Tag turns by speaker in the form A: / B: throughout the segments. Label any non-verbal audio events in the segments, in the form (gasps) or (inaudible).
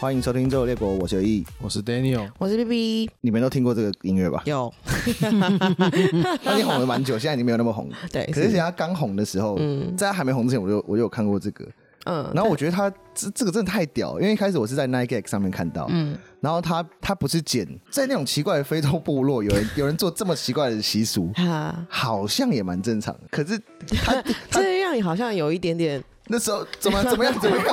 A: 欢迎收听《周游列国》，我是有意。
B: 我是 Daniel，
C: 我是 B B，
A: 你们都听过这个音乐吧？
C: 有
A: 那你红了蛮久，现在已经没有那么红。
C: (laughs) 对，
A: 可是人家刚红的时候，在他还没红之前，我就我就有看过这个。
C: 嗯，
A: 然后我觉得他这这个真的太屌了，因为一开始我是在 Nike X 上面看到，嗯，然后他他不是剪，在那种奇怪的非洲部落，有人 (laughs) 有人做这么奇怪的习俗，
C: 哈，
A: 好像也蛮正常的。可是他 (laughs) 他
C: 这样好像有一点点， (laughs)
A: 那时候怎么怎么样怎么样？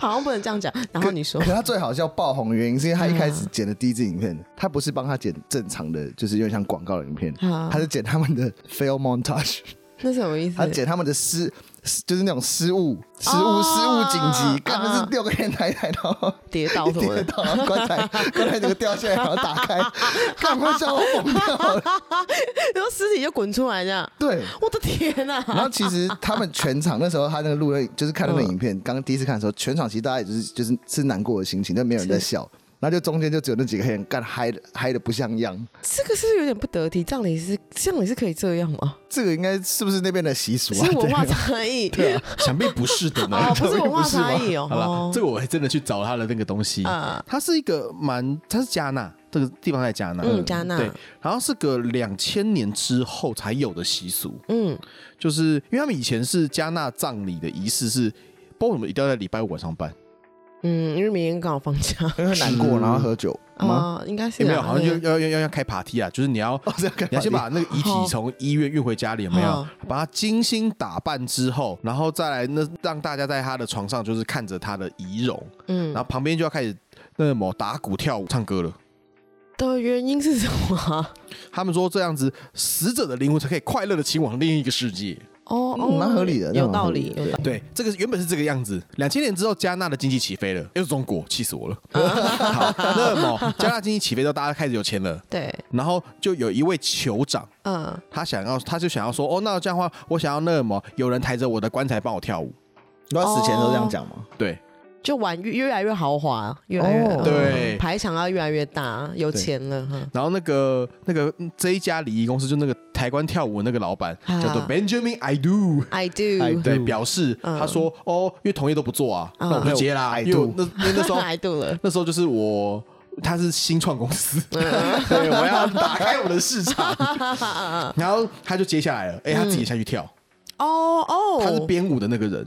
C: 好像不能这样讲。然后你说嗯
A: 可，他最好笑爆红的原因是因为他一开始剪的第一支影片，他不是帮他剪正常的，就是有点像广告的影片，
C: 啊
A: 他是剪他们的 fail
C: (laughs)
A: montage，
C: (laughs) 那什么意思
A: 他？剪他们的失。失就是那种失误、失误、
C: 哦
A: 失误紧急，干
C: 啊
A: 的是六个人抬抬到
C: 跌倒什么
A: (laughs) 跌
C: 的？
A: 倒，然后棺材棺材整个掉下来，然后打
C: (laughs)
A: 开，干快笑我疯掉了。
C: 然后尸体就滚出来这样。
A: 对，
C: 我的天 (laughs) 呐！
A: 然后其实他们全场那时候他那个录的，就是看那个影片，刚刚第一次看的时候，全场其实大家也就是就是是难过的心情，但没有人在笑。然后就中间就只有那几个黑人干嗨的嗨的不像样，
C: 这个是不是有点不得体？葬礼是葬礼是可以这样吗？
A: 这个应该是不是那边的习俗啊？
C: 是文化
A: 对啊
C: 差
B: (laughs)
C: 异。
B: 啊想必不是的呢。
C: 哦不是
B: (laughs) 想必
C: 文化
B: 吧
C: 差异哦
B: 好了
C: 哦，
B: 这个我还真的去找他的那个东西。
C: 啊
B: 它是一个蛮，它是加纳这个地方在加纳，
C: 嗯加纳
B: 对，然后是个两千年之后才有的习俗，
C: 嗯，
B: 就是因为他们以前是加纳葬礼的仪式是，不知道为什么一定要在礼拜五晚上办，
C: 嗯，因为明天刚好放
A: (laughs)
C: 假
A: 因为难过然后
C: (laughs)
A: 喝酒吗？
C: 啊，应该是啊
B: 有哎没有？好像就
C: 对
B: 要要要要开 party 啊， (laughs) 就是你要
A: 哦，这样干嘛
B: 你要先把那个遗体从医院运回家里，有没有
C: 哦？
B: 把它精心打扮之后，然后再来那让大家在他的床上就是看着他的遗容，然
C: 嗯
B: 后旁边就要开始那什么打鼓、跳舞、唱歌了。
C: 的原因是什么 (laughs) 啊？
B: 他们说这样子，死者的灵魂才可以快乐的前往另一个世界。
C: 哦哦
A: 嗯，蛮合理的
C: 有
A: 那蛮
C: 道
A: 合理
C: 理，
A: 的
C: 有道理。
B: 对，这个原本是这个样子。两千年之后，加纳的经济起飞了，又是中国，气死我了。好，那么加纳经济起飞之后，大家开始有钱了，
C: (laughs) 对，
B: 然后就有一位酋长。
C: 嗯，
B: 他想要，他就想要说，哦，那这样的话，我想要那么有人抬着我的棺材帮我跳舞，
A: 你要死前都这样讲吗？
B: 对，
C: 就玩越越来越豪华，越来越、
A: 哦
C: 嗯
B: 对
C: 排场要越来越大，有
B: 对
C: 钱了哈。
B: 然后那个那个嗯这一家礼仪公司，就那个抬棺跳舞的那个老板、
C: 啊
B: 叫做 Benjamin I Do。
C: I
A: I
C: do， (laughs)
B: 对，
A: do
B: 表示
C: 嗯
B: 他说、哦，因为同业都不做啊，
C: 嗯
B: 那我就接啦。
A: I
B: 因为我
A: do
B: 那因为那时候
C: I do 了。
B: 那时候就是我，他是新创公司，
C: 嗯
B: (laughs) 对，我要打开我的市场。 (laughs) 然后他就接下来了，哎、他自己下去跳，
C: (laughs) 哦嗯哦，
B: 他是编舞的那个人，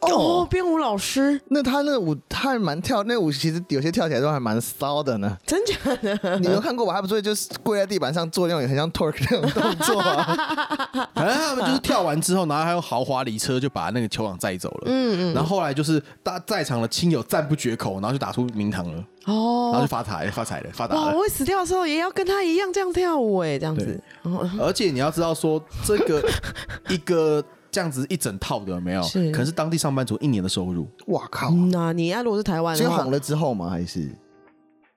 C: 哦编舞老师，
A: 那他那个舞他还蛮跳，那舞其实有些跳起来都还蛮骚的
C: (laughs)
A: 呢。
C: 真假的？
A: 你有看过吧？他不是会就是跪在地板上做那种也很像 twerk 那种动作
C: (laughs)
A: 啊？
B: 反正他们就是跳完之后，然后还用豪华礼车就把那个酋长载走了。嗯嗯。然后后来就是大在场的亲友赞不绝口，然后就打出名堂了，然后就
C: 哦，
B: 发财发财了发达
C: 哇！
B: 了
C: 我。会死掉的时候也要跟他一样这样跳舞哎，这样子。哦
B: (laughs) 而且你要知道说，这
C: (laughs)
B: 个一个这样子一整套的有没有，
C: 是
B: 可能是当地上班族一年的收入，
A: 哇靠！
C: 嗯那你要如果是台湾
A: 先
C: 的话
A: 红，了之后吗？还是哦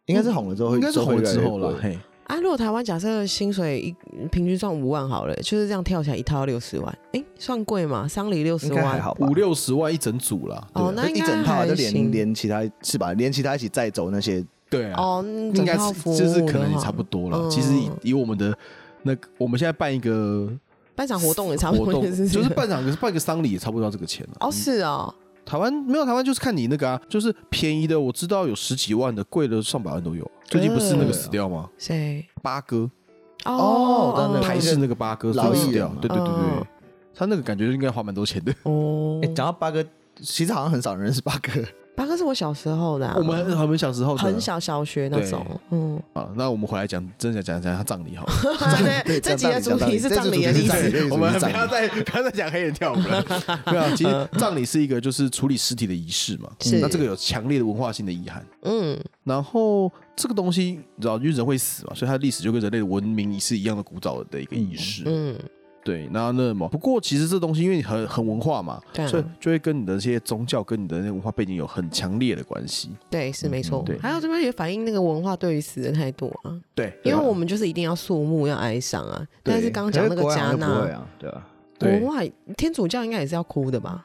A: 应该是红了之后会，
B: 应该是红了之后
A: 了
B: 了。。嘿，
C: 啊，如果台湾假设薪水一平均算五万好了，就是这样跳起来一套六十万，哎，算贵吗？丧礼六十
A: 应该还
C: 万，
A: 好吧？
B: 五六十万一整组啦。
C: 哦，那
A: 就
C: 应
A: 一
C: 该
A: 整套啊
C: 还
A: 就
C: 行
A: 连连其他是吧？连其他一起载走那些，
B: 对啊，
C: 哦，嗯
B: 应
C: 整
B: 该
C: 套
B: 是
C: 服务
B: 就是可
C: 的
B: 能也
C: 话
B: 差不多
C: 嗯
B: 了。其实以以我们的那个，我们现在办一个
C: 办场活动也差不
B: 活
C: 多
B: 动，
C: 是
B: 就是办场办个丧礼也差不多要这个钱了。
C: 哦，是哦，
B: 台湾没有台湾就是看你那个啊，就是便宜的我知道有十几万的，贵的上百万都有。最近不是那个死掉吗？
C: 谁？
B: 八哥
A: 哦当然嗯
B: 台
A: 拍
B: 式那个八哥
A: 老
B: 死
A: 艺人
B: 掉
A: 嘛，
B: 对对对对
C: 嗯，
B: 他那个感觉应该花蛮多钱的。
C: 哦
A: 诶，哎讲到八哥，其实好像很少人认识八
C: (laughs)
A: 哥。
C: 八哥是我小时候的啊，
B: 我们很我们小时候的
C: 很小小学那种，嗯，
B: 啊，那我们回来讲，真的讲讲他葬礼 (laughs) 好了。
C: 对，这集的主题是葬礼的意
A: 葬礼
C: 思，
A: 对
B: 我们
A: 是
B: 不
A: 葬礼
B: 要再不要再讲黑人跳舞了。 (laughs) 没有，其实葬礼是一个就是处理尸体的仪式 (laughs) 嘛，
C: 是
B: 那这个有强烈的文化性的遗憾。
C: 嗯，
B: 然后这个东西，你知道，因为人会死嘛，所以它的历史就跟人类的文明是一样的古早的一个仪式。
C: 嗯，
B: 对，那那么不过其实这东西因为很很文化嘛，
C: 对啊
B: 所以就会跟你的这些宗教跟你的那文化背景有很强烈的关系。
C: 对，是没错
B: 嗯对。
C: 还有这边也反映那个文化对于死的态度啊，
B: 对，
C: 因为
B: 对吧
C: 我们就是一定要肃穆，要哀伤啊。但是刚刚讲那
A: 可是
C: 个
A: 国外
C: 加
A: 好像不会啊
C: 纳，
A: 啊，对啊，
B: 对
C: 国外天主教应该也是要哭的吧？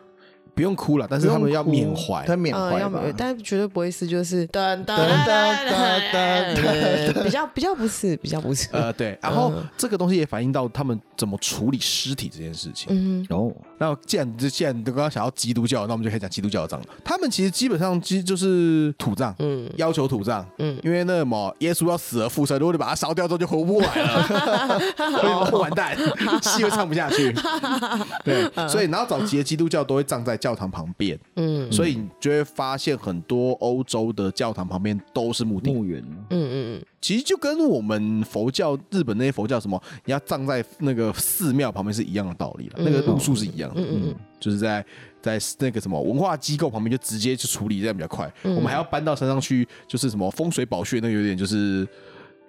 B: 不用哭了，但是他们要缅怀。
A: 他缅
C: 呃，
A: 怀
C: 要
A: 吧
C: 没，有，但绝对不会是就是噔噔
A: 噔
C: 噔
A: 噔噔
C: 噔噔，比较比较不是，比较不是，
B: 呃，对，然后
C: 嗯
B: 这个东西也反映到他们怎么处理尸体这件事情。
C: 嗯
A: 哦，
B: 那既然这既然你刚刚想要基督教，那我们就可以讲基督教的葬。他们其实基本上基就是土葬，
C: 嗯
B: 要求土葬，
C: 嗯
B: 因为那什么耶稣要死而复生，如果你把它烧掉之后就活不过来
C: (laughs)
B: 了，所以完蛋，戏又唱不下去。对，所以然后早期的基督教都会葬在教堂旁边，
C: 嗯
B: 所以你就会发现很多欧洲的教堂旁边都是墓地，
A: 墓园
C: 嗯嗯
B: 其实就跟我们佛教日本那些佛教什么，你要葬在那个寺庙旁边是一样的道理了，那个路数是一样的，嗯，就是在在那个什么文化机构旁边就直接去处理，这样比较快。我们还要搬到山上去，就是什么风水宝穴，那个有点就是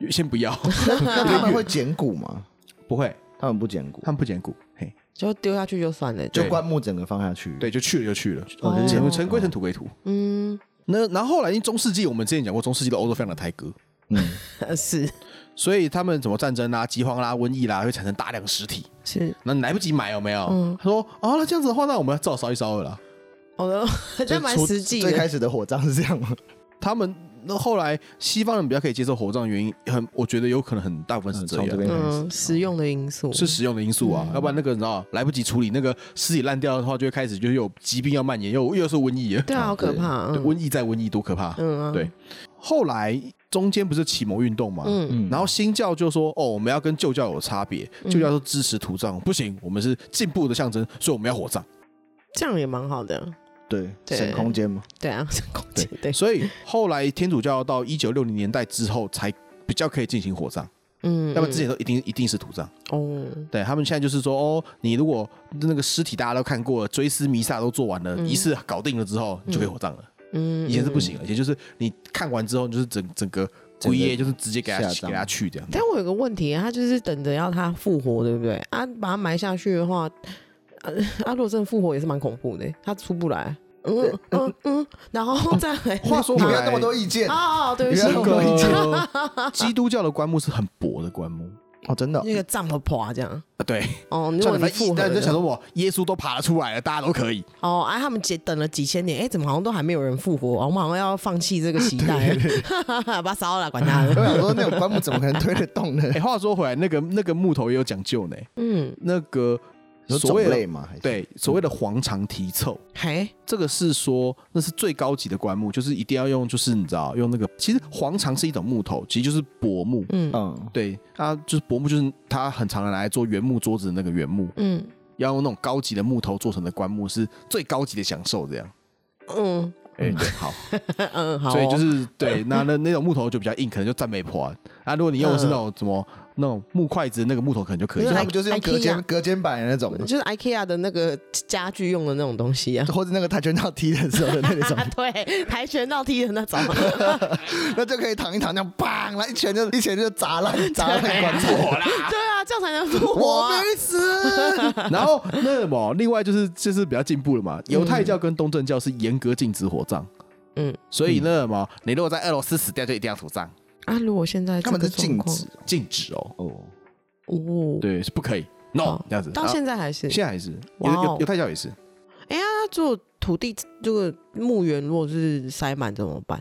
B: 先不 (laughs) 要，
A: 那他们会捡骨
C: 嗯
A: 吗？
B: 不会，
A: 他们不捡骨
B: 他，们不捡骨，嘿，
C: 就丢下去就算了，
A: 就
B: 对
A: 棺木整个放下去。
B: 对，就去了就去了，
A: 哦，就是
B: 尘归尘归尘，土归土。 (laughs)
C: 嗯
B: 那然后后来，因为中世纪我们之前讲过，中世纪的欧洲非常的泰戈，
C: 是
B: 所以他们什么战争啦、饥荒啦、瘟疫啦，啊会产生大量尸体。
C: (laughs) 是，
B: 那来不及买有没有？他说哦，那这样子的话，那我们要照烧一烧了啦。
C: 我的这蛮实际
A: 最
C: 的，
A: 开始的火葬是这样吗？
B: 他们那后来西方人比较可以接受火葬，原因很，我觉得有可能很大部分是这
A: 从这
B: 样。
A: 边开始
C: 嗯，实用的因素
B: 是实用的因素啊，要不然那个你知道来不及处理，那个尸体烂掉的话，就会开始就是有疾病要蔓延，又又是瘟疫了，
C: 对啊，好可怕，
B: 对，瘟疫再瘟疫多可怕！
C: 嗯
B: 对，后来中间不是启蒙运动嘛，
C: 嗯
B: 然后新教就说哦，我们要跟旧教有差别，旧教说支持土葬，不行，我们是进步的象征，所以我们要火葬。
C: 这样也蛮好的，
A: 对，
C: 对
A: 省空间嘛。
C: 对啊， (laughs) 空间对，
B: 所以后来天主教到一九六零年代之后才比较可以进行火葬，
C: 嗯
B: 要不然之前都一定一定是土葬。
C: 哦，
B: 对他们现在就是说，哦，你如果那个尸体大家都看过了，追思弥撒都做完了，仪式搞定了之后，你就可以火葬了。
C: 嗯，
B: 以前是不行的，以前就是你看完之后，你就是整整个
A: 整
B: 归
A: 个
B: 耶，就是直接给他
A: 下葬
B: 给他去这样子
C: 但。我有个问题，啊他就是等着要他复活，对不对？啊，把他埋下去的话，呃啊，如果真的复活也是蛮恐怖的，他出不来。嗯嗯嗯，然
B: 哦
C: 后再来。
B: 话说
A: 你
B: 回
A: 不要
B: 来，
A: 那么多意见
C: 哦，对不
A: 你
C: 起
A: 不，要那么
B: 那
A: 多意见
B: 个基督教的棺木是很薄的棺木
A: 哦，真的哦
C: 那个帐篷爬这样。
B: 啊，对。
C: 哦，如果
B: 像你
C: 你
B: 们
C: 复
B: 一，
C: 合
B: 但你就
C: 的
B: 想说，我耶稣都爬得出来了，大家都可以。
C: 哦，啊，他们姐等了几千年，哎，怎么好像都还没有人复活？我们好像要放弃这个期
A: (laughs)
C: 待， (laughs) 把它烧了，管他
A: 我
C: 的。
A: 想说那种棺木怎么可能推得动
C: (laughs)
A: 呢
B: 哎、？话说回来，那个那个木头也有讲究呢。
C: 嗯，
B: 那个
A: 有
B: 所
A: 种
B: 谓
A: 类
B: 的
A: 嘛？还是，
B: 对所谓的黄肠题凑，
C: 嘿，
B: 这个是说那是最高级的棺木，就是一定要用，就是你知道用那个，其实黄肠是一种木头，其实就是柏木。
C: 嗯
A: 嗯，
B: 对，它就是柏木，就是它很常拿来做原木桌子的那个原木，
C: 嗯
B: 要用那种高级的木头做成的棺木，是最高级的享受。这样，
C: 嗯
B: 哎、对，好，
C: 嗯嗯，好哦。
B: 所以就是对，那那那种木头就比较硬，可能就站没破啊。啊，如果你用的是那种什么那种木筷子，那个木头可能就可以
A: 因为。他
C: 还
A: 们就是用隔
C: IKEA
A: 间啊隔间板的那种，
C: 就是 IKEA 的那个家具用的那种东西啊。
A: (laughs) 或者那个跆拳道踢的时候的那种
C: 啊，， (laughs) 对，跆拳道踢的那种，
A: 那就可以躺一躺，这样砰，来一拳就一拳就砸烂砸烂
C: 对
A: 棺 (laughs) 木啦！
C: 对啊，这样才能复活
A: 我
C: 啊。
A: 没死，
B: (laughs) 然后那什么，另外就是就是比较进步了嘛，犹太教跟东正教是严格禁止火葬，
C: 嗯，
B: 所以那什么，你如果在俄罗斯死掉就一定要土葬，
C: 啊，如果现在
A: 他们
C: 这
A: 是
C: 个状
A: 禁
C: 况
A: 止
B: 禁止哦，
A: 哦，
C: 哦，
B: 对，是不可以，no
C: 好
B: 这样子。
C: 到
B: 然后
C: 现在还是，
B: 现在还是犹
C: 哇哦
B: 犹犹太教也是，
C: 哎呀，那做土地这个墓园如果是塞满怎么办？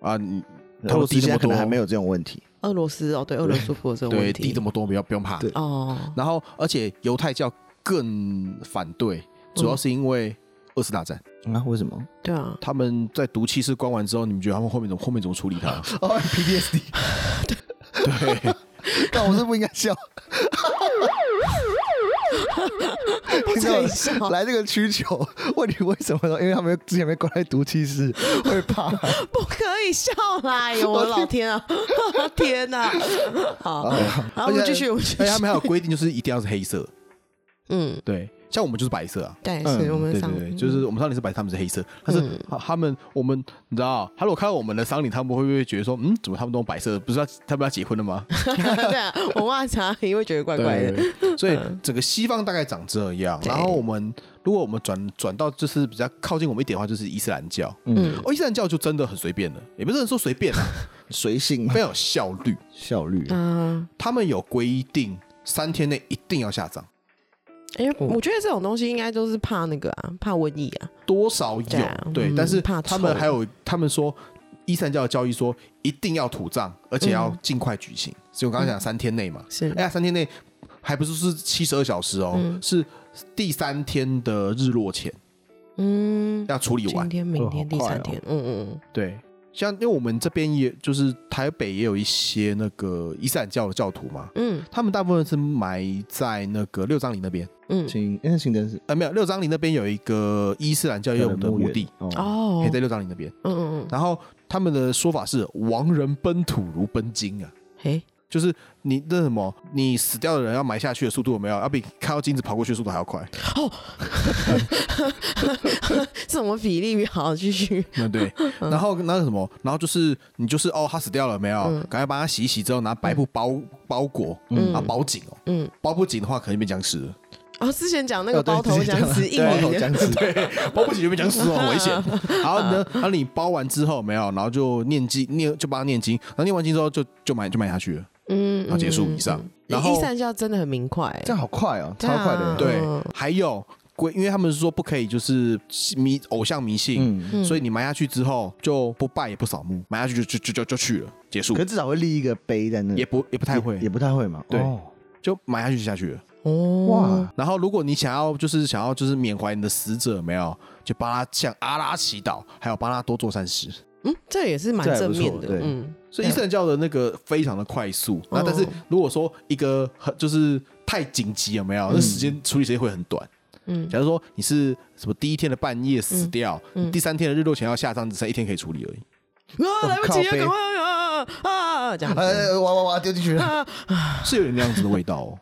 B: 啊，你俄
A: 俄
B: 罗
A: 罗
B: 斯
A: 斯
B: 这
A: 现
B: 么
A: 在可
B: 多
A: 能还没有这种问题，
C: 俄罗斯哦，对，俄罗斯会有这个
B: 对
C: 问
B: 地
C: 题
B: 这么多，不要不用怕
A: 对。
C: 哦，
B: 然后而且犹太教更反
C: 嗯
B: 对，主要是因为二次大战，
A: 啊？为什么？
C: 对啊，
B: 他们在毒气室关完之后，你们觉得他们后面怎么后面怎么处理
C: (laughs)
B: 他？
A: 哦，PTSD， (laughs)
B: 对，
A: 但我是不应该笑，
C: 不
A: 听到
C: 可以笑，
A: 来这个需求，问你为什么呢？因为他们之前被关在毒气室，会 (laughs) 怕。
C: 不可以笑啦！哎呦，我的老天啊， (laughs) 天哪！好，好，我们继续，我们继续
B: 而哎且，他们还有规定，就是一定要是黑色，
C: 嗯，
B: 对，像我们就是白色啊。
C: 对，是我嗯们
B: 对
C: 上
B: 对对，就是我们丧礼是白，他们是黑色。但是
C: 嗯
B: 他他们，我们你知道，他如果看到我们的丧礼，他们会不会觉得说，嗯，怎么他们都白色？不是要他们要结婚
C: (laughs)
B: 了吗？
C: (laughs) 对啊，我忘查，因为觉得怪怪的。
B: 对，所以整个西方大概长这样。
C: 嗯对
B: 然后我们如果我们转转到就是比较靠近我们一点的话，就是伊斯兰教。
C: 嗯
B: 哦，伊斯兰教就真的很随便了，也不是说随便啊，
A: 随性嘛
B: 非常有效率。
A: 效率
C: 啊
B: 他们有规定，三天内一定要下葬。
C: 哎，我觉得这种东西应该都是怕那个啊，怕瘟疫啊。
B: 多少有
C: 对啊
B: 对，
C: 嗯
B: 但是
C: 怕
B: 他们
C: 臭
B: 还有他们说伊斯兰教的教义说一定要土葬，而且要尽快举
C: 嗯
B: 行。所以我刚刚讲三天内嘛，
C: 是
B: 哎呀，三天内还不是是七十二小时哦，是第三天的日落前
C: 嗯，
B: 要处理完
C: 今。天、明天、
D: 哦
C: 第
D: 好快
C: 三
D: 哦
C: 天，嗯嗯嗯，
B: 对，像因为我们这边也就是台北也有一些那个伊斯兰教的教徒嘛，
C: 嗯
B: 他们大部分是埋在那个六张里那边，
C: 嗯，
A: 请哎，请真是
B: 呃，没有六张里那边有一个伊斯兰教友的墓地，哎
A: 哦，
C: 哦
B: 也，在六张里那边。
C: 嗯嗯嗯，
B: 然后他们的说法是“亡人奔土如奔金”啊，
C: 哎，
B: 就是你那什么，你死掉的人要埋下去的速度有没有，要比看到金子跑过去的速度还要快？
C: 什么比例表？好，继续，(laughs)
B: 嗯，对。然后那个什么，然后就是你就是哦，他死掉了没有？
C: 嗯
B: 赶快帮他洗一洗之后，拿白布包包裹，
C: 嗯
B: 然后包紧哦。
C: 嗯，
B: 包不紧的话，可能就变僵尸了。
C: 哦，之前讲那
A: (laughs)
C: 个
A: 哦对
C: 包头
A: 之前
C: 僵
A: 讲
C: 尸
A: 了
C: 印
A: 对
C: 尼的，
A: 僵尸，
B: 包不紧就变僵尸
C: (laughs)
B: 哦，很危险。然后呢，
C: 嗯
B: 然后你包完之后没有，然后就念经，念就帮他念经，然后念完经之后就就埋就埋下去了。
C: 嗯，
B: 然后结束
C: 嗯
B: 以上
C: 嗯嗯
B: 然
C: 伊
B: 后
C: 斯兰教真的很明快，
A: 这样好快哦，超
C: 对啊
A: 快的，
B: 对
C: 嗯，
B: 还有规，因为他们是说不可以就是迷偶像迷信，
A: 嗯，
C: 嗯
B: 所以你埋下去之后就不拜也不扫墓，埋下去就就就就就去了，结束
A: 可。至少会立一个碑在那，
B: 也不也不太会
A: 也，不太会嘛，
B: 对
A: 哦
B: 就埋下去就下去了。
C: 哦
A: 哇，
B: 然后如果你想要就是想要就是缅怀你的死者，有没有就帮他向阿拉祈祷，还有帮他多做善事。
C: 嗯，这也是蛮
A: 这还
C: 正
A: 不错
C: 面的
A: 对，
C: 嗯，
B: 所以伊斯兰教的那个非常的快速，那但是
C: 哦
B: 如果说一个很就是太紧急有没有，那时间处理时间会很短。
C: 嗯
B: 假如说你是什么第一天的半夜死掉，
C: 嗯嗯
B: 第三天的日落前要下葬，只剩一天可以处理而已。
C: 啊，来不及
A: 靠
C: 了，
A: 背
C: 赶快啊啊啊，这样子，
A: 呃，哇哇哇丢进去了。
C: 啊，
B: 是有点那样子的味道
C: (laughs)
B: 哦。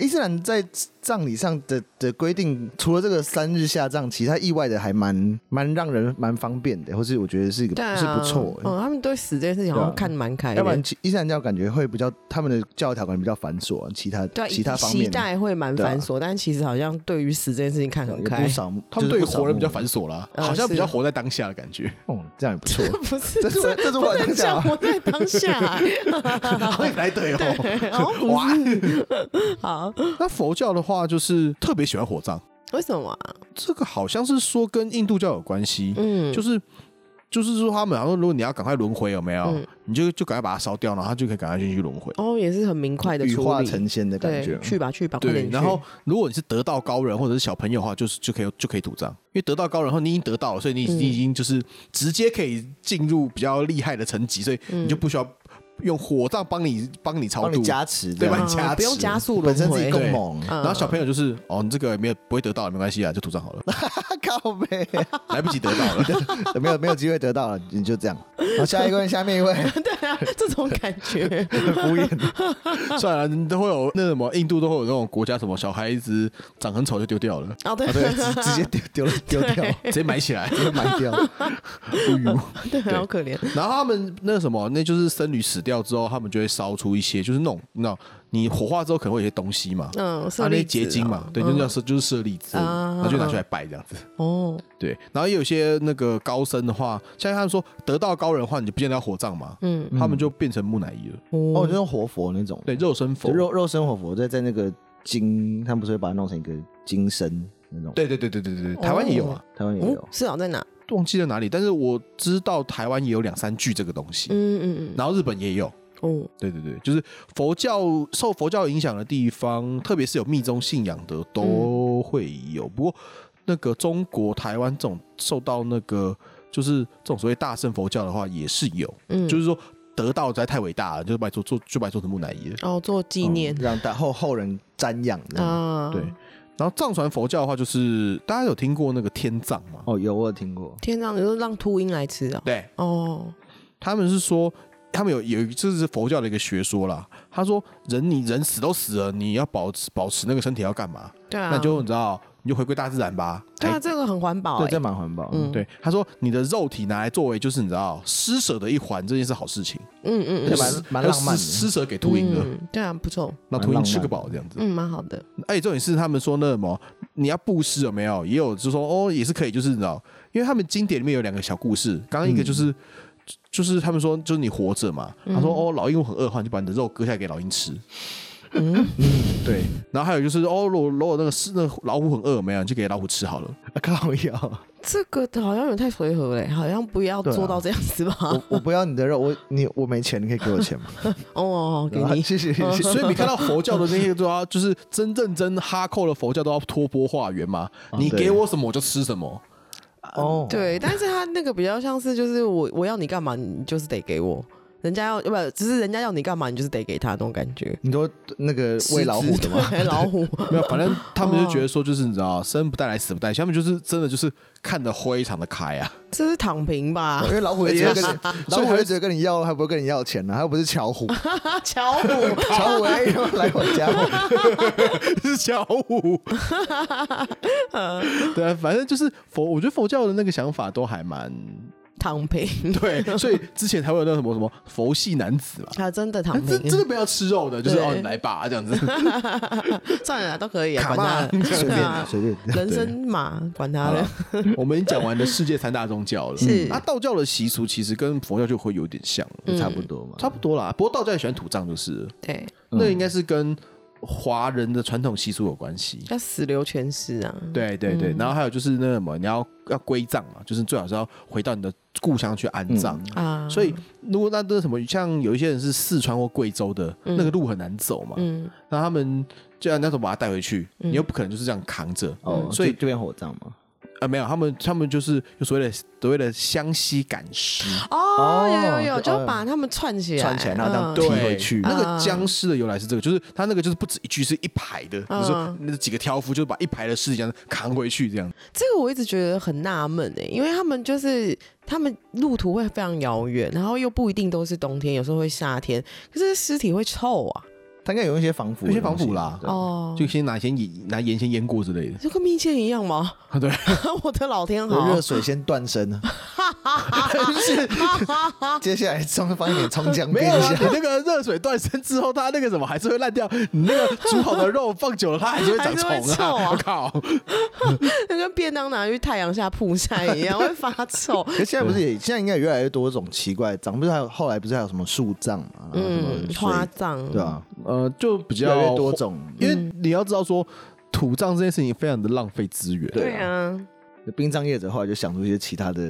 A: 伊斯兰在葬礼上的的规定，除了这个三日下葬，其他意外的还蛮蛮让人蛮方便的，或是我觉得是一个、
C: 对啊，
A: 是不错、欸。
C: 嗯，他们对死这件事情好像
A: 对啊
C: 看得蛮开的，
A: 要不然其伊斯兰教感觉会比较他们的教条感觉比较繁琐、啊，其他
C: 对啊
A: 其他方
C: 期
A: 面
C: 待会蛮
A: 对啊
C: 繁琐，但其实好像对于死这件事情看
A: 也
C: 很
A: 不
C: 开，
A: 少，
B: 他们对
A: 就是不少
B: 活人比较繁琐啦，
C: 嗯
B: 好像比较
C: 是
B: 活在当下的感觉。
A: 哦，这样也不错。
C: (laughs) (laughs) 不
A: (laughs)
C: 是，
A: 这是我这是我
C: 不能
A: 当下
C: 讲
A: 啊
C: 我在当下啊，
B: 好 (laughs) 像来对哦。
A: (laughs)
C: 好像
B: 哇，
C: (laughs) 好，
B: 那佛教的话就是特别喜欢火葬，
C: 为什么啊？
B: 这个好像是说跟印度教有关系，
C: 嗯，
B: 就是就是说他们好像如果你要赶快轮回有没有，
C: 嗯
B: 你就就赶快把它烧掉，然后它就可以赶快进去轮回。
C: 哦，也是很明快的
A: 羽
C: 处
A: 化
C: 理，
A: 成仙的感
C: 对，
A: 觉，
C: 去吧去吧，快
B: 对
C: 点，去。
B: 然后如果你是得道高人或者是小朋友的话，就是就可以就可以土葬，因为得道高人后你已经得到了，所以你
C: 嗯
B: 你已经就是直接可以进入比较厉害的层
C: 嗯
B: 级，所以你就不需要用火葬帮你帮
C: 哦
B: 你超
A: 帮你
B: 度。
A: 加持，
B: 对吧
A: 这
C: 啊
A: 样
B: 很加持
C: 不用加速轮
A: 本身自己
C: 回
A: 够
B: 对
A: 猛，
C: 嗯
B: 然后小朋友就是哦，你这个也没有不会得到也没关系啊，就土
C: (laughs)
B: 葬好了，
A: 他 (laughs) 靠背 (laughs)
B: 来不及哦得到了。 (laughs)
A: 没有没有机会得到了，你就这样。好，下一位，下面一
B: (laughs)
A: 位，
C: (laughs)
A: 哦
C: 对啊，这种感觉，
A: 很敷 (laughs) 衍。
B: 算了，你都会有那什么，印度都会有那种国家什么小孩子长很丑就丢掉了，
C: 哦对
A: 啊，
C: (laughs)
A: 对，直直接丢丢了丢掉，
B: 哦
A: (laughs)
B: 直接埋起来。
A: 直接埋掉。
C: 对，好可怜，
B: (laughs) 然后他们那什么，那就是僧侣死掉之后，他们就会烧出一些，就是那种那种你火化之后可能会有一些东西嘛，
C: 嗯，是
B: 啊，那
C: 例
B: 些
C: 子
B: 结晶嘛
C: 啊，
B: 对，就叫舍就是舍利子，
C: 啊
B: 然后就拿出来拜这样子。
C: 哦，
B: 对，然后也有些那个高僧的话，像他们说得道高人的话，你就不见得要火葬嘛，
C: 嗯，
B: 他们就变成木乃伊了，
A: (laughs) 哦，就
C: 哦，
A: 用活佛那种，
B: 对，肉身佛
A: 就，肉肉身活佛，在在那个金，他们不是会把它弄成一个金身那种？，
B: 对对对对对
C: 哦
B: 对对，台湾也有啊，
A: 台湾也
C: 嗯
A: 有，。
C: 是啊，在哪？
B: 忘记了哪里，但是我知道台湾也有两三具这个东西，
C: 嗯嗯嗯，
B: 然后日本也有。
C: 哦，
B: 对对对，就是佛教受佛教影响的地方，特别是有密宗信仰的都会有。不过，那个中国台湾这种受到那个就是这种所谓大乘佛教的话，也是有，
C: 嗯，
B: 就是说得到实在太伟大了，就是把你做做就把你做成木乃伊了。
C: 哦，做纪念
A: 嗯让大后后人瞻仰这样。
C: 啊，
B: 对，然后藏传佛教的话，就是大家有听过那个天葬吗？
A: 哦，有我有听过，
C: 天上就是让秃鹰来吃啊，
B: 对，
C: 哦，
B: 他们是说，他们有有这是佛教的一个学说啦。他说人你人死都死了，你要保持保持那个身体要干嘛？
C: 对啊，
B: 那就你知道，你就回归大自然吧。
C: 对啊，
B: 还
C: 这个很环保
A: 哎对，
C: 欸，
A: 这蛮环保。
C: 嗯
B: 对，他说你的肉体拿来作为就是你知道施舍的一环，这件事好事情，
C: 嗯嗯
A: 对
C: 嗯
A: 吧，蛮蛮浪漫的
B: 施施舍给秃鹰的，
C: 嗯，对啊，不错，
A: 蛮
B: 让秃鹰
A: 浪
B: 吃
A: 漫的
B: 个饱这样子。
C: 嗯，蛮好的，
B: 而且重点是他们说那什么，你要布施有没有？也有就说哦，也是可以，就是你知道，因为他们经典里面有两个小故事，刚刚一个
C: 嗯
B: 就是。就是他们说，就是你活着嘛。他说：“哦，老鹰我很饿的话，你就把你的肉割下来给老鹰吃。
C: 嗯
B: 对，然后还有就是哦，如果如果那个是那个老虎很饿，有没有你就给老虎吃好了。
A: 啊 (laughs) 靠
C: (laughs)
A: 腰，
C: 这个好像有点太随和了，欸好像不要
A: 对啊
C: 做到这样子吧？
A: 我我不要你的肉，我你我没钱，你可以给我啊钱吗？
C: (laughs) 哦，给
A: 然后
C: 你，
A: 谢谢谢
C: (laughs)
A: 谢。
B: 所以你看到佛教的那些都要，就是真正真哈扣的佛教都要托钵化缘嘛。
C: 啊
B: 你
A: 对
B: 给我什么我就吃什么。
A: 哦，
C: 对，但是他那个比较像是就是我我要你干嘛，你就是得给我。人家要不，只是人家要你干嘛，你就是得给他那种感觉。
A: 你都那个喂老虎的吗？
C: (laughs) 对，老虎，
B: 没有，反正他们就觉得说，就是你知道，生不带来死不带去，他们就是真的就是看得非常的开啊。 (laughs)
C: 这是躺平吧
A: 因？为老虎也只 (laughs) 会跟你
B: 也是，
A: 老虎也只会跟你要，还不会跟你要钱呢、它又不是巧虎，
C: (laughs) 巧虎，
A: 巧虎哎呦来我家，
B: 是小
C: (laughs)
B: 五。对啊，反正就是佛，我觉得佛教的那个想法都还蛮
C: 躺 (laughs) 平，
B: 对，所以之前才会有那什么什么佛系男子嘛。
C: 他啊真的躺
B: 哎真
C: 平
B: 真，的不要吃肉的，就是
C: 对
B: 哦，你来吧，这
C: (laughs)
B: 样子。
C: 算了啦，都可以啊，
A: 卡
C: 管他
A: 吧， (laughs) 随
C: (laughs) 对
A: 便
C: 啊，
A: 随便。
C: 人生嘛，管他了。
B: 我们已经讲完了世界三大宗教了，
C: 是
B: 那、道教的习俗其实跟佛教就会有点像了，
C: 嗯
A: 差不多嘛，
B: 差不多啦。不过道教也喜欢土葬，就是了、
C: 对，
B: 那应该是跟华人的传统习俗有关系。
C: 要死留全尸啊。
B: 对对对，然后还有就是那什么，你要要归葬嘛，就是最好是要回到你的故乡去安葬。
C: 啊，
B: 所以，如果那那什么，像有一些人是四川或贵州的，那个路很难走嘛，
C: 嗯，
B: 那他们就要那种把它带回去，你又不可能就是这样扛着，
A: 嗯
D: 哦，
B: 所以
D: 这边火葬嘛，
B: 啊，没有，他们他们就是有所谓的所谓的湘西赶尸，
C: 哦，有有有，
A: 哦
C: 就把他们串起来，
A: 串起来然
B: 啊
A: 后这样
C: 嗯
A: 丢踢回去
B: 那个僵尸的由来是这个，就是他那个就是不止一具，是一排的，
C: 嗯
B: 你说那几个挑夫就是把一排的尸体这样扛回去，这样
C: 这个我一直觉得很纳闷哎，因为他们就是他们路途会非常遥远，然后又不一定都是冬天，有时候会夏天，可是尸体会臭啊，
A: 它应该有一些防腐，
B: 有些防腐啦
A: 对
C: 哦，
B: 就先拿先盐拿盐先腌过之类的。
C: 就跟蜜饯一样 (laughs) 吗？
B: 对，
C: 我的老天
A: 有
C: 好
A: 热，水先断生 (laughs) 啊，接下来中放一点葱 (laughs) 姜
B: 没有
A: 煸一
B: 啊，
A: 下
B: 你。那个热水断生之后，它那个什么还是会烂掉。你那个煮好的肉放久了，它还是会
C: (laughs)
B: 长
C: 还是会
B: 虫
C: 臭啊
B: 我靠！
C: 那跟便当拿去太阳下曝晒一样，会发 (laughs) 臭。
A: 可现在不是也现在应该有越来越多种奇怪的葬，不是还有后来不是还有什么树葬嘛，然后什
C: 嗯
A: 么，水
C: 花葬，
A: 对啊，
B: 呃，就比
A: 越来
B: 较
A: 越多，种，
B: 因为你要知道说土葬这件事情非常的浪费资源。
C: 对啊，
A: 殡葬业者后来就想出一些其他的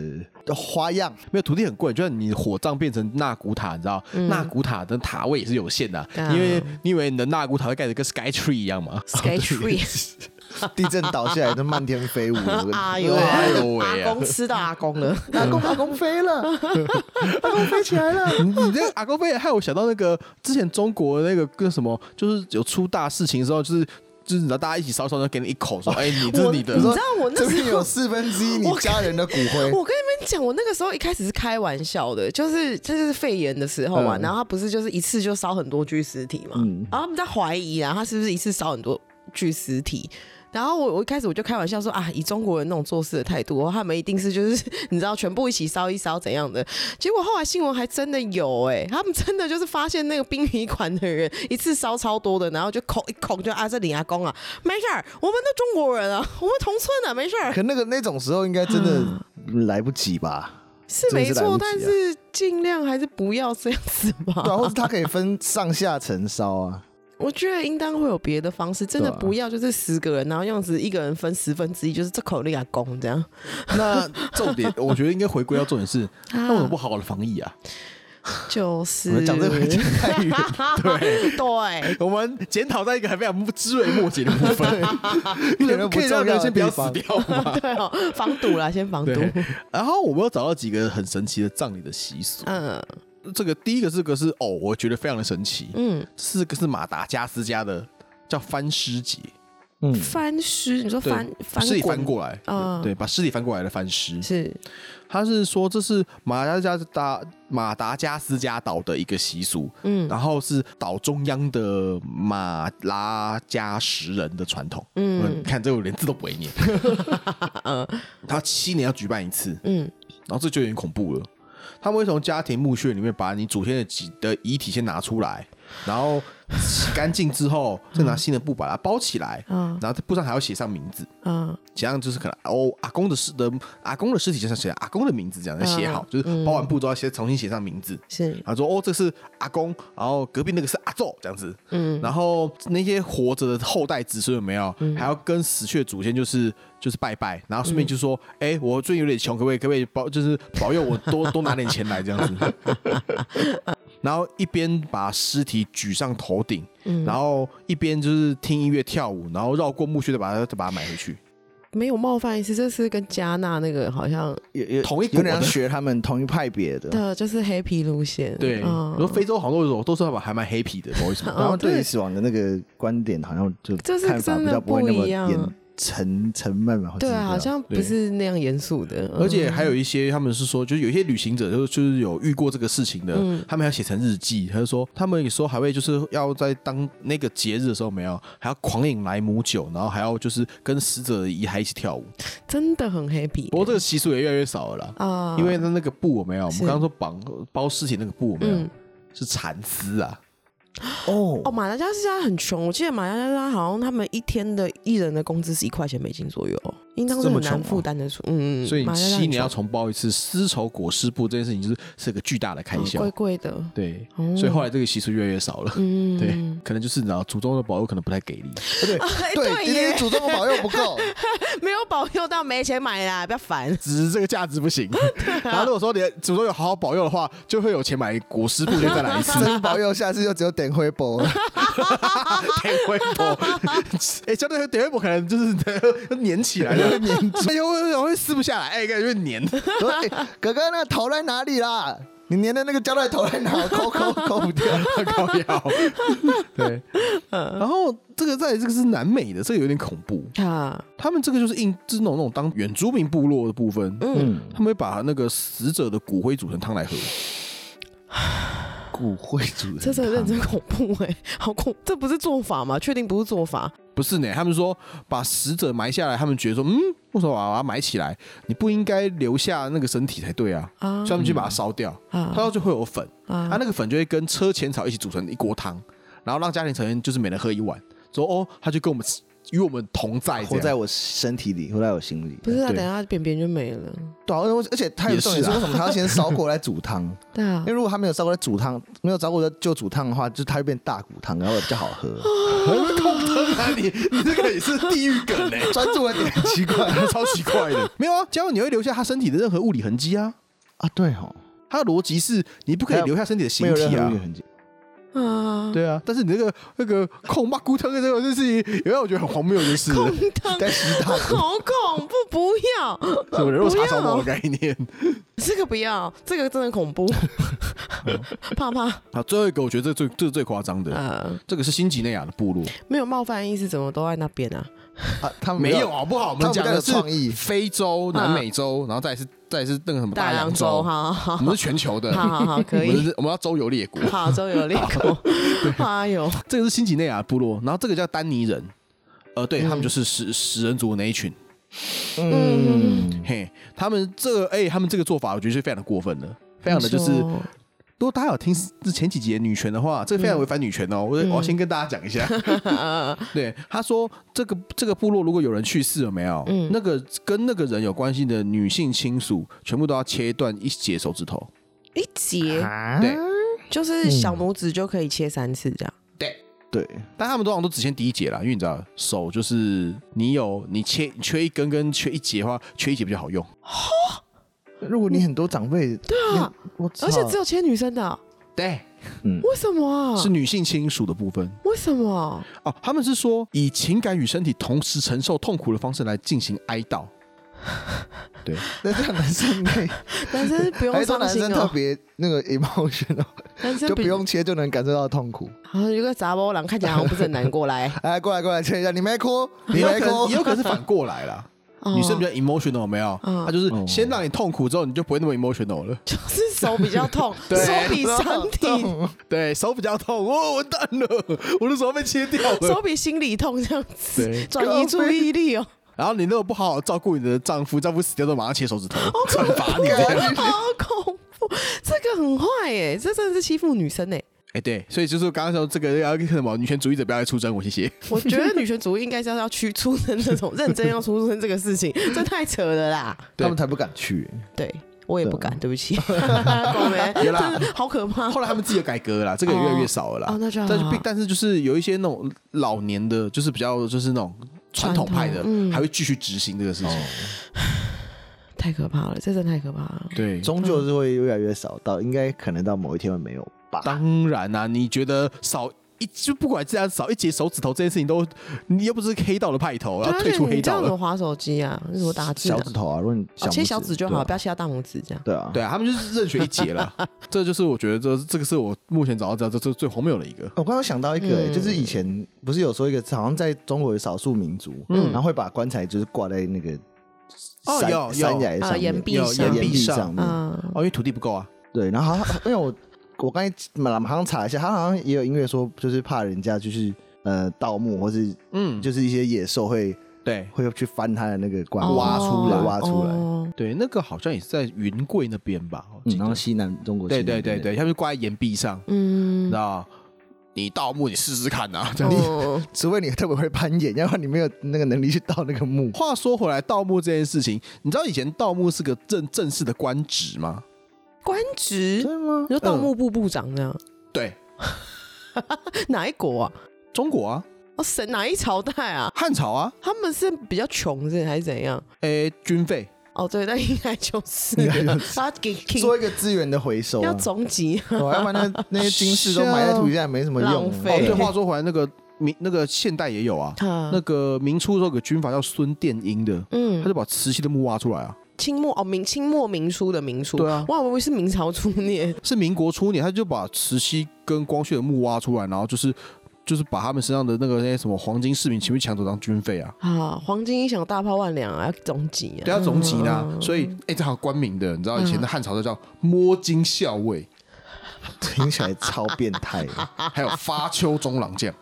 A: 花样，
B: 没有土地很贵，就像你火葬变成纳古塔，你知道、纳古塔的塔位也是有限的啊、
C: 嗯啊
B: 因为你以为你的纳古塔会盖得跟 Sky Tree 一样吗？
C: (laughs) Sky
B: (laughs)
C: Tree，
A: 地震倒下来都漫天飞舞，
C: (laughs) 哎呦，
B: 哎呦喂啊
C: 阿公吃到阿公了，
A: 阿公阿公飞了，阿公飞起来了。
B: 你你这个阿公贝害我想到那个之前中国那个跟什么，就是有出大事情的时候，就是就是你知道大家一起烧烧，然后给你一口说，哎、你这是你的，
C: 你知道哦我
A: 这
C: 那
A: 边
C: 时
A: 有
C: 候
A: 四分之一你家人的骨灰，
C: 我跟你们讲，我那个时候一开始是开玩笑的，就是这就是肺炎的时候嘛，
A: 嗯
C: 然后他不是就是一次就烧很多具尸体嘛，然后他们在怀疑啊，他是不是一次烧很多具尸体。然后我我一开始我就开玩笑说啊，以中国人那种做事的态度，他们一定是就是 (laughs) 你知道全部一起烧一烧怎样的。结果后来新闻还真的有哎、他们真的就是发现那个殡仪馆的人一次烧超多的，然后就口一口就啊这李阿公啊，没事儿，我们都中国人啊，我们同村啊，没事儿。
A: 可那个那种时候应该真的来不及吧？
C: 是没
A: 真的是来不
C: 错，
A: 及啊
C: 但是尽量还是不要这样子
A: (laughs)
C: 吧。
A: 对啊，或者它可以分上下层烧啊。
C: 我觉得应当会有别的方式，真的
A: 对啊
C: 不要就是十个人，然后样子一个人分十分之一，就是这口令啊公这样。
B: (laughs) 那重点，我觉得应该回归到重
C: (laughs)
B: 点
C: 啊
B: 是，那为什么不好好的防疫啊？
C: 就是
A: 我们讲这个讲太
C: (laughs)
A: 远，
C: 对对，
B: 我们检讨在一个还非常枝微末节的部
C: (laughs)
B: 分， (laughs)
A: 一点都
B: 可
A: 不
B: 以
A: 重要
B: 让人
A: 的
B: 先不要
A: 地
B: 死
A: 方。
B: 掉吗？
C: 对哦，防堵啦，先防堵。
B: 对，
C: (laughs)
B: 然后我们又找到几个很神奇的葬礼的习俗。
C: 嗯
B: 这个第一个这个是哦，我觉得非常的神奇，
C: 嗯，
B: 是个是马达加斯加的叫翻尸节，
A: 嗯，
C: 翻尸，你说
B: 对
C: 翻翻
B: 尸体
C: 滚
B: 翻过来，
C: 啊
B: 对，把尸体翻过来的翻尸。
C: 是
B: 他是说这是马达加斯加马达加斯加岛的一个习俗，
A: 啊
C: 嗯
B: 然后是岛中央的马拉加什人的传统。嗯，
C: 嗯
B: 看这我连字都不会念。
C: (laughs)
B: 他七年要举办一次，
C: 嗯
B: 然后这就有点恐怖了。他们会从家庭墓穴里面把你祖先的几的遗体先拿出来，然后洗干净之后，再拿新的布把它包起来，然后在布上还要写上名字，
C: 嗯，
B: 这样就是可能哦，阿公的尸的阿公的尸体就上写阿公的名字，这样再写好，就是包完布之后写重新写上名字，
C: 是，
B: 他说：“哦，这是阿公，然后隔壁那个是阿昼，这样子。嗯，然后那些活着的后代子孙有没有，还要跟死去的祖先就是就是拜拜，然后顺便就说，哎、我最近有点穷，可不可以可不可以保就是保佑我多多拿点钱来这样子。然后一边把尸体举上头顶，然后一边就是听音乐跳舞，然后绕过墓穴再把它再把它买回去。
C: 没有冒犯意思，这是跟加纳那个好像
A: 有有
B: 同一国
A: 有
B: 的
A: 点像学他们同一派别的。
C: 的，就是 happy 路线，
B: 对，
C: 嗯
B: 我说非洲好多种都是还蛮 happy 的，不好意思。
C: 嗯
A: 然后对
C: 对
A: 于死亡的那个观点，好像就
C: 这是
A: 看法
C: 真
A: 比
C: 的
A: 较不会那
C: 不
A: 么
C: 一样
A: 严沉沉闷嘛。或者
C: 对
A: 是
C: 啊，
A: 不
C: 好
A: 知道
C: 像不是那样严肃的， (laughs) 嗯
B: 而且还有一些他们是说，就是有一些旅行者就是就是有遇过这个事情的，
C: 嗯
B: 他们还要写成日记，他就说他们有时候还会就是要在当那个节日的时候没有，还要狂饮莱姆酒，然后还要就是跟死者的遗骸一起跳舞。
C: 真的很 happy
B: 不过这个习俗也越来越少了啦，
C: 啊，
B: 因为他那个布我没有，我们
C: 是
B: 刚刚说绑呃包尸体那个布我没有、
C: 嗯
B: 是蚕丝啊，
C: 哦，
A: 哦，
C: 马来加斯加很穷，我记得马来加斯加好像他们一天的一人的工资是一块钱美金左右，应当是
B: 这么
C: 很
B: 穷
C: 难
B: 吗
C: 负担得出。嗯，嗯
B: 所以
C: 马
B: 你
C: 来加斯加
B: 七
C: 很
B: 年要
C: 穷
B: 重包一次丝绸裹尸布这件事情，就是是个巨大的开
C: 嗯
B: 销。
C: 贵贵的，
B: 对，
C: 哦
B: 所以后来这个习俗越来越少了。
C: 嗯，
B: 对，可能就是你知道，祖宗的保佑可能不太给力。
A: 对
C: 哎
A: 对，今
C: 耶
A: 天祖宗保佑不够，
C: 没有保佑到没钱买啦，不要
B: (laughs)
C: 烦。
B: 只是这个价值不行。然后如果说你的祖宗有好好保佑的话，就会有钱买果实布丁再来一次。
A: 真保佑下次就只有点灰波了。
B: 点微博，哎，相对点微博可能就是 (laughs) 粘起来了，粘，哎呦，我会撕不下来，哎，感觉会粘。
A: 说哎哥哥那个头在哪里啦？你粘的那个胶带头在哪？抠抠抠不掉。
B: 高腰， (laughs) 对。然后这个在这个是南美的，这个有点恐怖。
C: 啊，
B: 他们这个就是印，就是那种那种当原住民部落的部分，
A: 嗯，
B: 他们会把那个死者的骨灰煮成汤来喝。
A: 骨灰主人
C: 这真的认
A: 堂
C: 真恐怖哎、好恐，这不是做法吗？确定不是做法？
B: 不是呢，他们说把死者埋下来，他们觉得说，嗯，为什么把它埋起来？你不应该留下那个身体才对啊，
C: 啊
B: 所以他们就把它烧掉，
C: 啊
B: 烧掉就会有粉，
C: 啊
B: 它、那个粉就会跟车前草一起煮成一锅汤，然后让家庭成员就是每人喝一碗，说哦，他就跟我们与我们同在这
A: 活
B: 样，
A: 在我身体里，活在我心里。
C: 不是啊，
B: 对
C: 等一下扁扁就没了。
A: 对啊，而且而且他有重点
B: 也是
A: 是
B: 啊
A: 为什么他要先烧过来煮 (laughs) 汤？
C: 对啊
A: 因为，如果他没有烧过来煮汤，没有烧过就煮汤的话，就它会变大骨汤，然后比较好喝。
B: (laughs) 痛疼啊你，你这个也是地狱梗呢、
A: 专注的点很奇怪
B: 超奇怪的。 (laughs) 没有啊，假如你会留下他身体的任何物理痕迹啊，
A: (gasps) 啊，对哦，
B: 他的逻辑是你不可以留下身体的
A: 没
B: 形
A: 有
B: 体
A: 任何
B: 啊
A: 物理。痕迹。
C: 啊，
B: 对啊，但是你那个那个控骂骨汤的这种事情，也让我觉得很荒谬，就是
C: 空
B: 什
C: 汤
A: 在吸大骨，
C: (laughs) 好恐怖，不要，
B: 么人肉叉烧包的
C: 不要，
B: 概念。
C: 这个不要，这个真的恐怖，怕怕。
B: (laughs) 好，最后一个我觉得这最这是最夸张的，
C: 呃，
B: 这个是新几内亚的部落，
C: 没有冒犯意思，怎么都在那边啊？
A: 啊，他们
B: 没有好不好？我
A: 他
B: 们
A: 们
B: 讲的
A: 比较
B: 是
A: 有创意
B: 非洲、南美洲，然后再来是再来是那个什么
C: 大
B: 洋
C: 洋
B: 洲
C: 洲，，好好
B: 我
C: 好
B: 们是全球的，
C: 哦好好
B: (laughs)
C: 好，可
B: 我们
C: 以，
B: 是我们要周游列国。
C: 好，周游列国，哎呦，
B: 这个是新几内亚的部落，然后这个叫丹尼人，呃，对
C: 嗯
B: 他们就是食食人族的那一群，
A: 嗯，
B: 嘿，他们这个哎，他们这个做法，我觉得是非常的过分的，非常的就是。如果大家有听之前几集的女权的话，这个非常违反女权哦。
C: 嗯
B: 我我要先跟大家
C: (laughs)
B: 讲一下，对他说这个这个部落如果有人去世了没有，
C: 嗯
B: 那个跟那个人有关系的女性亲属全部都要切断一截手指头。
C: 一节
A: 啊
B: 对
C: 就是小拇指就可以切三次这样。
B: 对，
A: 对，
B: 但他们通常都只限第一节啦，因为你知道手就是你有你切你缺一根跟缺一节的话，缺一节比较好用。
A: 如果你很多长辈，对
C: 啊，
A: 我操
C: 而且只有切女生的啊，
B: 对，
C: 为什么啊？
B: 是女性亲属的部分
C: 为什么？
B: 哦。他们是说以情感与身体同时承受痛苦的方式来进行哀悼。对，
A: 那这样男生可以，
C: 男生不
A: 还
C: 用
A: 是说
C: 伤
A: 男
C: 心
A: 生特
C: 哦，
A: 别那个
C: (laughs)
A: emotion 哦，
C: 男生
A: 就不。用切就能感受到痛苦。
C: 好，有个杂包狼看起来好像不是很难过来，
A: 哎，过来过来切一下，你没哭，你
B: 也有
A: 没
B: 可能嗯
A: 哭
B: 也，有可能是反过来啦。
C: 哦
B: 女生比较 emotional 有没有？
C: 嗯
B: 她就是先让你痛苦之后，你就不会那么 emotional 了。
C: 就是手比较痛，
B: 对
C: 手比身体，
A: 痛
B: 对手比较痛，哦，完蛋了，我的手被切掉了
C: (laughs) 手。比心理痛这样
B: 对
C: 子，转移注意力
B: (laughs)
C: 哦，
B: 然后你如果不好好照顾你的丈夫，丈夫死掉都马上切手指头，惩
C: (laughs)
B: 罚你这样。
C: 好恐怖，这个很坏耶，这真的是欺负女生哎，
B: 哎、哎，对，所以就是刚刚说这个要跟什么女权主义者不要来出征，我谢谢。
C: 我觉得女权主义应该是要要去出生这种认真要出生这个事
B: (laughs)
C: 情，这太扯了啦！
B: 对
A: 他们才不敢去。
C: 对我也不
B: 啊
C: 敢，对不
B: (laughs)
C: 起，狗妹，
B: 有啦
C: 真的好可怕。
B: 啊后来他们自己有改革了啦，这个也越来越少了啦。
C: 哦哦那就好
B: 但是并但是就是有一些那种老年的，就是比较就是那种传统派的，
C: 传统嗯
B: 还会继续执行这个事
A: 哦
B: 情。
C: 太可怕了，这真的太可怕了。
B: 对，
A: 终究是会越来越少，到应该可能到某一天会没有吧。
B: 当然啦、你觉得少一就不管这样少一节手指头这件事情都，你又不是黑道的派头，要
C: 对啊
B: 退出
C: 你
B: 黑
C: 这
B: 道
C: 样怎
B: 了。
C: 么划手机啊？你怎么打字
A: 小
C: 啊？
A: 指头啊，如果你
C: 哦切小
A: 拇
C: 指就好，不
A: 对啊
C: 要切到嗯大拇指这样。
A: 对啊，
B: 对啊，他们就是任选一节
C: (laughs)
B: 了，这就是我觉得这这个是我目前找到这这这最荒谬的一个。
A: 我刚刚想到一个、
C: 嗯
A: 就是以前不是有说一个，好像在中国有少数民族，
C: 嗯
A: 然后会把棺材就是挂在那个
B: 哦
A: 山、
B: 有有
A: 山崖上
C: 啊
A: 面，
C: 岩壁
B: 有
C: 上
B: 岩
A: 岩
B: 壁
A: 壁
B: 上
A: 上面。
C: 嗯，
B: 哦，因为土地不够啊。
A: 对，然后好像因为我我刚才马马上查了一下，他好像也有音乐说，就是怕人家就是呃盗墓或是
B: 嗯，就
A: 就是一些野兽会
B: 对
A: 会去翻他的那个棺
C: 哦
B: 挖出来
A: 挖出来
C: 哦
B: 对，那个好像也是在云贵那边吧？我
A: 嗯
B: 记得
A: 然后西南中国西
B: 对
A: 南
B: 对对
A: 那边
B: 对，他们就挂在岩壁上，
C: 嗯，
B: 那你盗墓你试试看呐、这样子。
C: 哦，
A: 除非你特别会攀岩，要不然你没有那个能力去盗那个墓。
B: (laughs) 话说回来，盗墓这件事情，你知道以前盗墓是个正正式的官职吗？
C: (laughs) 官职，
B: 啊
A: 真的吗
C: 你说盗墓部部长这样，
B: 对，
C: 哪一国啊？
B: 中国啊，
C: 哦，神哪一朝代啊？
B: 汉朝啊，
C: 他们是比较穷是还是怎样？
B: 诶，军费，
C: 哦，对，那应该就是
A: 应该就
C: 他给给
A: 做一个资源的回收、啊，
C: 要总集，
A: 对啊要不
C: (laughs)
A: 然那那些金饰都埋在土地下也没什么用、
C: 浪
A: 啊。
B: 哦，
C: 费
B: 对，话说回来，那个明那个现代也有啊，
C: 啊
B: 那个明初的时候有个军阀叫孙殿英的，他
C: 嗯，
B: 就把慈禧的墓挖出来啊，
C: 清末哦，明清末明初的明初，
B: 对啊
C: 哇，我以为是明朝初年， (laughs)
B: 是民国初年，他就把慈禧跟光绪的墓挖出来，然后就是就是把他们身上的那个那些什么黄金饰品全部抢走当军费啊。
C: 啊，黄金一响，大炮万两啊，要总集
B: 对
C: 啊，
B: 啊，总集呢，所以哎、这好官名的，你知道以前的汉朝都叫摸金校尉，
A: 听起来超变态的。
B: 还有发丘中郎将。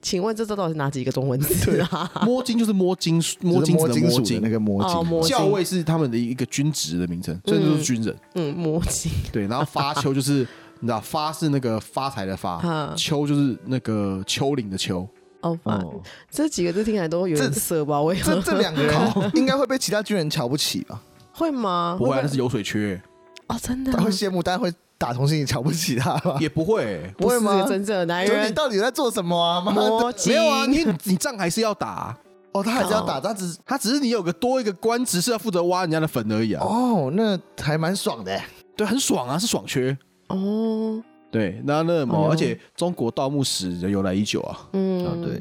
C: 请问这这到底是哪几个中文字啊？
B: 摸金就是摸金，摸金
A: 摸
B: 子的摸
A: 属的那
B: 金。
A: 个摸
C: (laughs) 哦
A: 金，
C: 摸金
B: 校尉是他们的一个军职的名称，所以就是军人。
C: 嗯，魔镜
B: 对，然后发丘就是你知道发是那个发财的发
C: 嗯，
B: 丘就是那个丘陵的丘。
C: 哦，反
A: 哦
C: 这几个字听起来都有点
A: 这
C: 色吧？为
A: 这
C: 何
A: 这两个
B: 啊
A: 人应该会被其他军人瞧不起吧？
C: 嗯会吗？
B: 不会啊，
C: 不
B: 那是油水缺，
C: 哦，
A: (laughs)
C: 真的
A: 他会羡慕，但会打从心里瞧不起他 (laughs) 吧？
B: 也不会。
C: 不是
A: 会吗
C: 这个真正的男
A: 就是你
C: 人
A: 到底在做什么 (laughs) 啊？妈
C: 摸
A: 的！
C: 金，
B: 没有啊，你你仗还是要打啊，
A: 哦，他还是要打，他只是
B: 他只是你有个多一个官职是要负责挖人家的坟而已啊。
A: 哦，那还蛮爽的。欸
B: 对，很爽啊，是爽缺。
C: 哦，
B: 对，那那
C: 哎
B: 么，
C: 呦
B: 而且中国盗墓史由来已久啊，
A: 啊
C: 嗯，，
A: 对，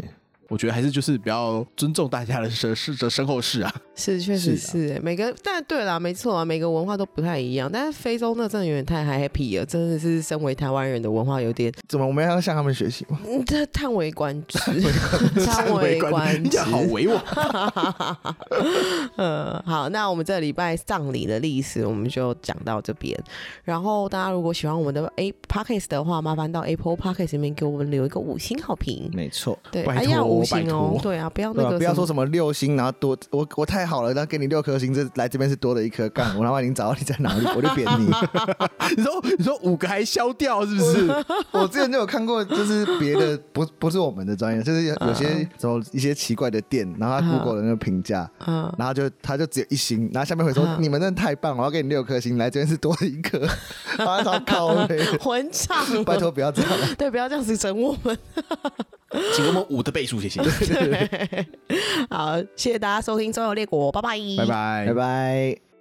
B: 我觉得还是就是比较尊重大家的身是的身后事啊。
C: 是，确
A: 是
C: 实是、欸，每个，但对啦，没错啊，每个文化都不太一样。但是非洲那真的有点太 happy 了，真的是身为台湾人的文化有点，
A: 怎么我们要向他们学习吗？
C: 嗯，这叹为观止， (laughs) 叹
B: (laughs)
C: 为观
B: 你
C: 止
B: 讲。好委 (laughs) 婉。
A: (laughs)
C: 嗯，好，那我们这礼拜葬礼的历史我们就讲到这边。然后大家如果喜欢我们的 A Podcast 的话，麻烦到 Apple Podcast 里面给我们留一个五星好评。
A: 没错，
C: 对，
B: 拜
C: 哎呀，
B: 托
C: 五星哦
B: 拜托，
C: 对啊，不要
A: 对
C: 那
A: 吧？
C: 个，
A: 不要说什么六星，然后多我我太好了，然后给你六颗星，这来这边是多了一颗， (laughs) 干我他妈已经找到你在哪里，我就扁 (laughs) 你。
B: 你说你说五个还消掉是不 (laughs) 是？
A: 我之前就有看过，就是别的不不是我们的专业，就是有有些什么一些奇怪的店，然后他 Google 的那个评价，
C: 啊，
A: 然后就他就只有一星，然后下面会说、
C: 嗯
A: 你们真的太棒，我要给你六颗星，来这边是多一颗， (laughs) 然后他靠背，
C: (laughs) 混账了，
A: 拜托不要这样，
C: 对，不要这样子整我们。
B: 请给我们五的倍数，谢 (laughs) 谢。
C: (laughs) 好，谢谢大家收听《周游列国》，拜拜，
B: 拜
A: 拜。
B: 拜
A: 拜。